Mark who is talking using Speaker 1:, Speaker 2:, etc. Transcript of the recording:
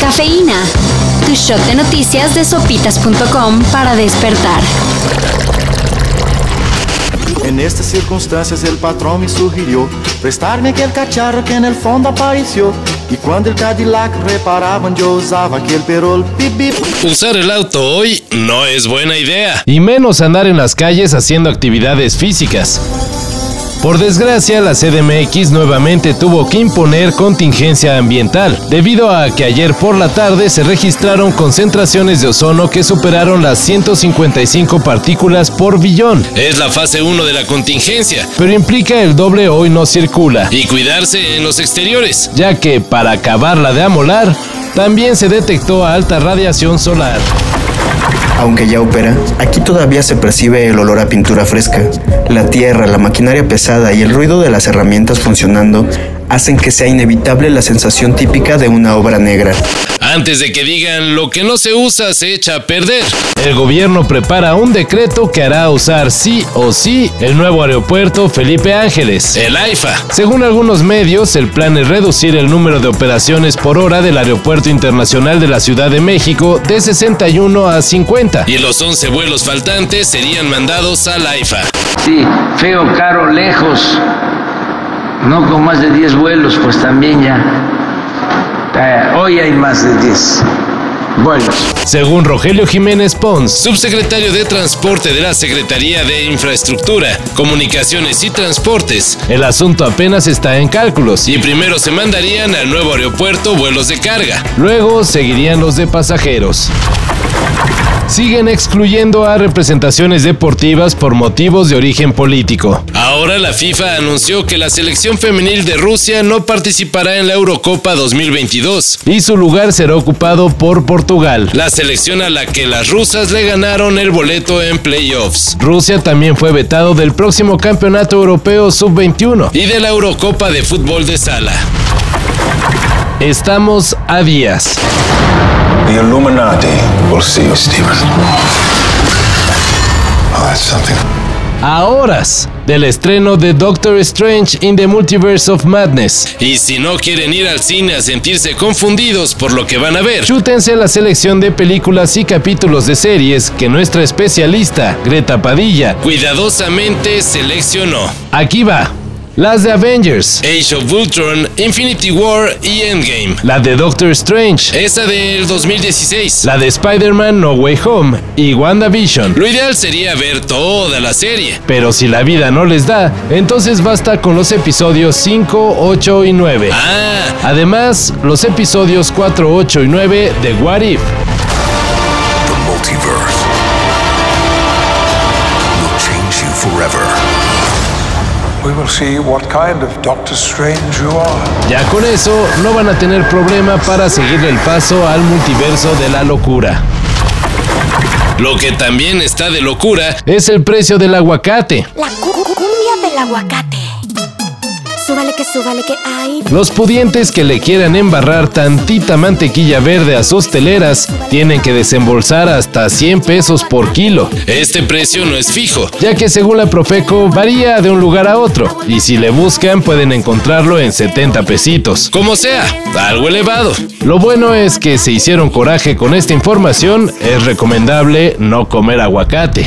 Speaker 1: Cafeína. Tu shot de noticias de sopitas.com para despertar.
Speaker 2: En estas circunstancias el patrón me sugirió prestarme aquel cacharro que en el fondo apareció. Y cuando el Cadillac reparaban yo usaba aquel perol. Pip, pip.
Speaker 3: Usar el auto hoy no es buena idea.
Speaker 4: y menos andar en las calles haciendo actividades físicas. Por desgracia, la CDMX nuevamente tuvo que imponer contingencia ambiental, debido a que ayer por la tarde se registraron concentraciones de ozono que superaron las 155 partículas por billón,
Speaker 3: Es la fase 1 de la contingencia
Speaker 4: pero implica el doble hoy no circula,
Speaker 3: y cuidarse en los exteriores.
Speaker 4: ya que para acabarla de amolar, también se detectó alta radiación solar.
Speaker 5: Aunque ya opera, aquí todavía se percibe el olor a pintura fresca. La tierra, la maquinaria pesada y el ruido de las herramientas funcionando hacen que sea inevitable la sensación típica de una obra negra.
Speaker 3: Antes de que digan lo que no se usa se echa a perder.
Speaker 4: El gobierno prepara un decreto que hará usar sí o sí el nuevo aeropuerto Felipe Ángeles.
Speaker 3: El AIFA.
Speaker 4: Según algunos medios, el plan es reducir el número de operaciones por hora del Aeropuerto Internacional de la Ciudad de México de 61 a 50.
Speaker 3: Y los 11 vuelos faltantes serían mandados al AIFA.
Speaker 6: Sí, feo, caro, lejos. No con más de 10 vuelos, pues también ya. Eh, hoy hay más de 10 vuelos.
Speaker 4: Según Rogelio Jiménez Pons,
Speaker 3: Subsecretario de Transporte de la Secretaría de Infraestructura, Comunicaciones y Transportes.
Speaker 4: el asunto apenas está en cálculos
Speaker 3: Y
Speaker 4: y
Speaker 3: primero se mandarían al nuevo aeropuerto vuelos de carga.
Speaker 4: luego seguirían los de pasajeros. Siguen excluyendo a representaciones deportivas por motivos de origen político.
Speaker 3: Ahora la FIFA anunció que la selección femenil de Rusia no participará en la Eurocopa 2022.
Speaker 4: y su lugar será ocupado por Portugal.
Speaker 3: La selección a la que las rusas le ganaron el boleto en playoffs.
Speaker 4: Rusia también fue vetado del próximo Campeonato Europeo Sub-21.
Speaker 3: Y de la Eurocopa de Fútbol de Sala.
Speaker 4: Estamos a días.
Speaker 7: The Illuminati will see you, Stephen. Oh, that's something.
Speaker 4: A horas del estreno de Doctor Strange in the Multiverse of Madness.
Speaker 3: Y si no quieren ir al cine a sentirse confundidos por lo que van a ver,
Speaker 4: Chútense la selección de películas y capítulos de series que nuestra especialista, Greta Padilla,
Speaker 3: cuidadosamente seleccionó
Speaker 4: aquí va. Las de Avengers,
Speaker 3: Age of Ultron, Infinity War y Endgame.
Speaker 4: la de Doctor Strange,
Speaker 3: Esa del 2016.
Speaker 4: la de Spider-Man No Way Home y WandaVision.
Speaker 3: Lo ideal sería ver toda la serie.
Speaker 4: Pero si la vida no les da, entonces basta con los episodios 5, 8 y 9.
Speaker 3: Ah,
Speaker 4: Además, los episodios 4, 8 y 9 de What If.
Speaker 8: The multiverse will change you forever.
Speaker 7: We will see what kind of Doctor Strange you are.
Speaker 4: Ya con eso, no van a tener problema para seguirle el paso al multiverso de la locura.
Speaker 3: lo que también está de locura
Speaker 4: Es el precio del aguacate.
Speaker 9: La cu- cu- cumbia del aguacate. Súbale que súbale que hay.
Speaker 4: Los pudientes que le quieran embarrar tantita mantequilla verde a sus teleras tienen que desembolsar hasta 100 pesos por kilo.
Speaker 3: Este precio no es fijo.
Speaker 4: ya que según la Profeco varía de un lugar a otro y si le buscan pueden encontrarlo en 70 pesitos.
Speaker 3: Como sea, algo elevado.
Speaker 4: Lo bueno es que si hicieron coraje con esta información, es recomendable no comer aguacate.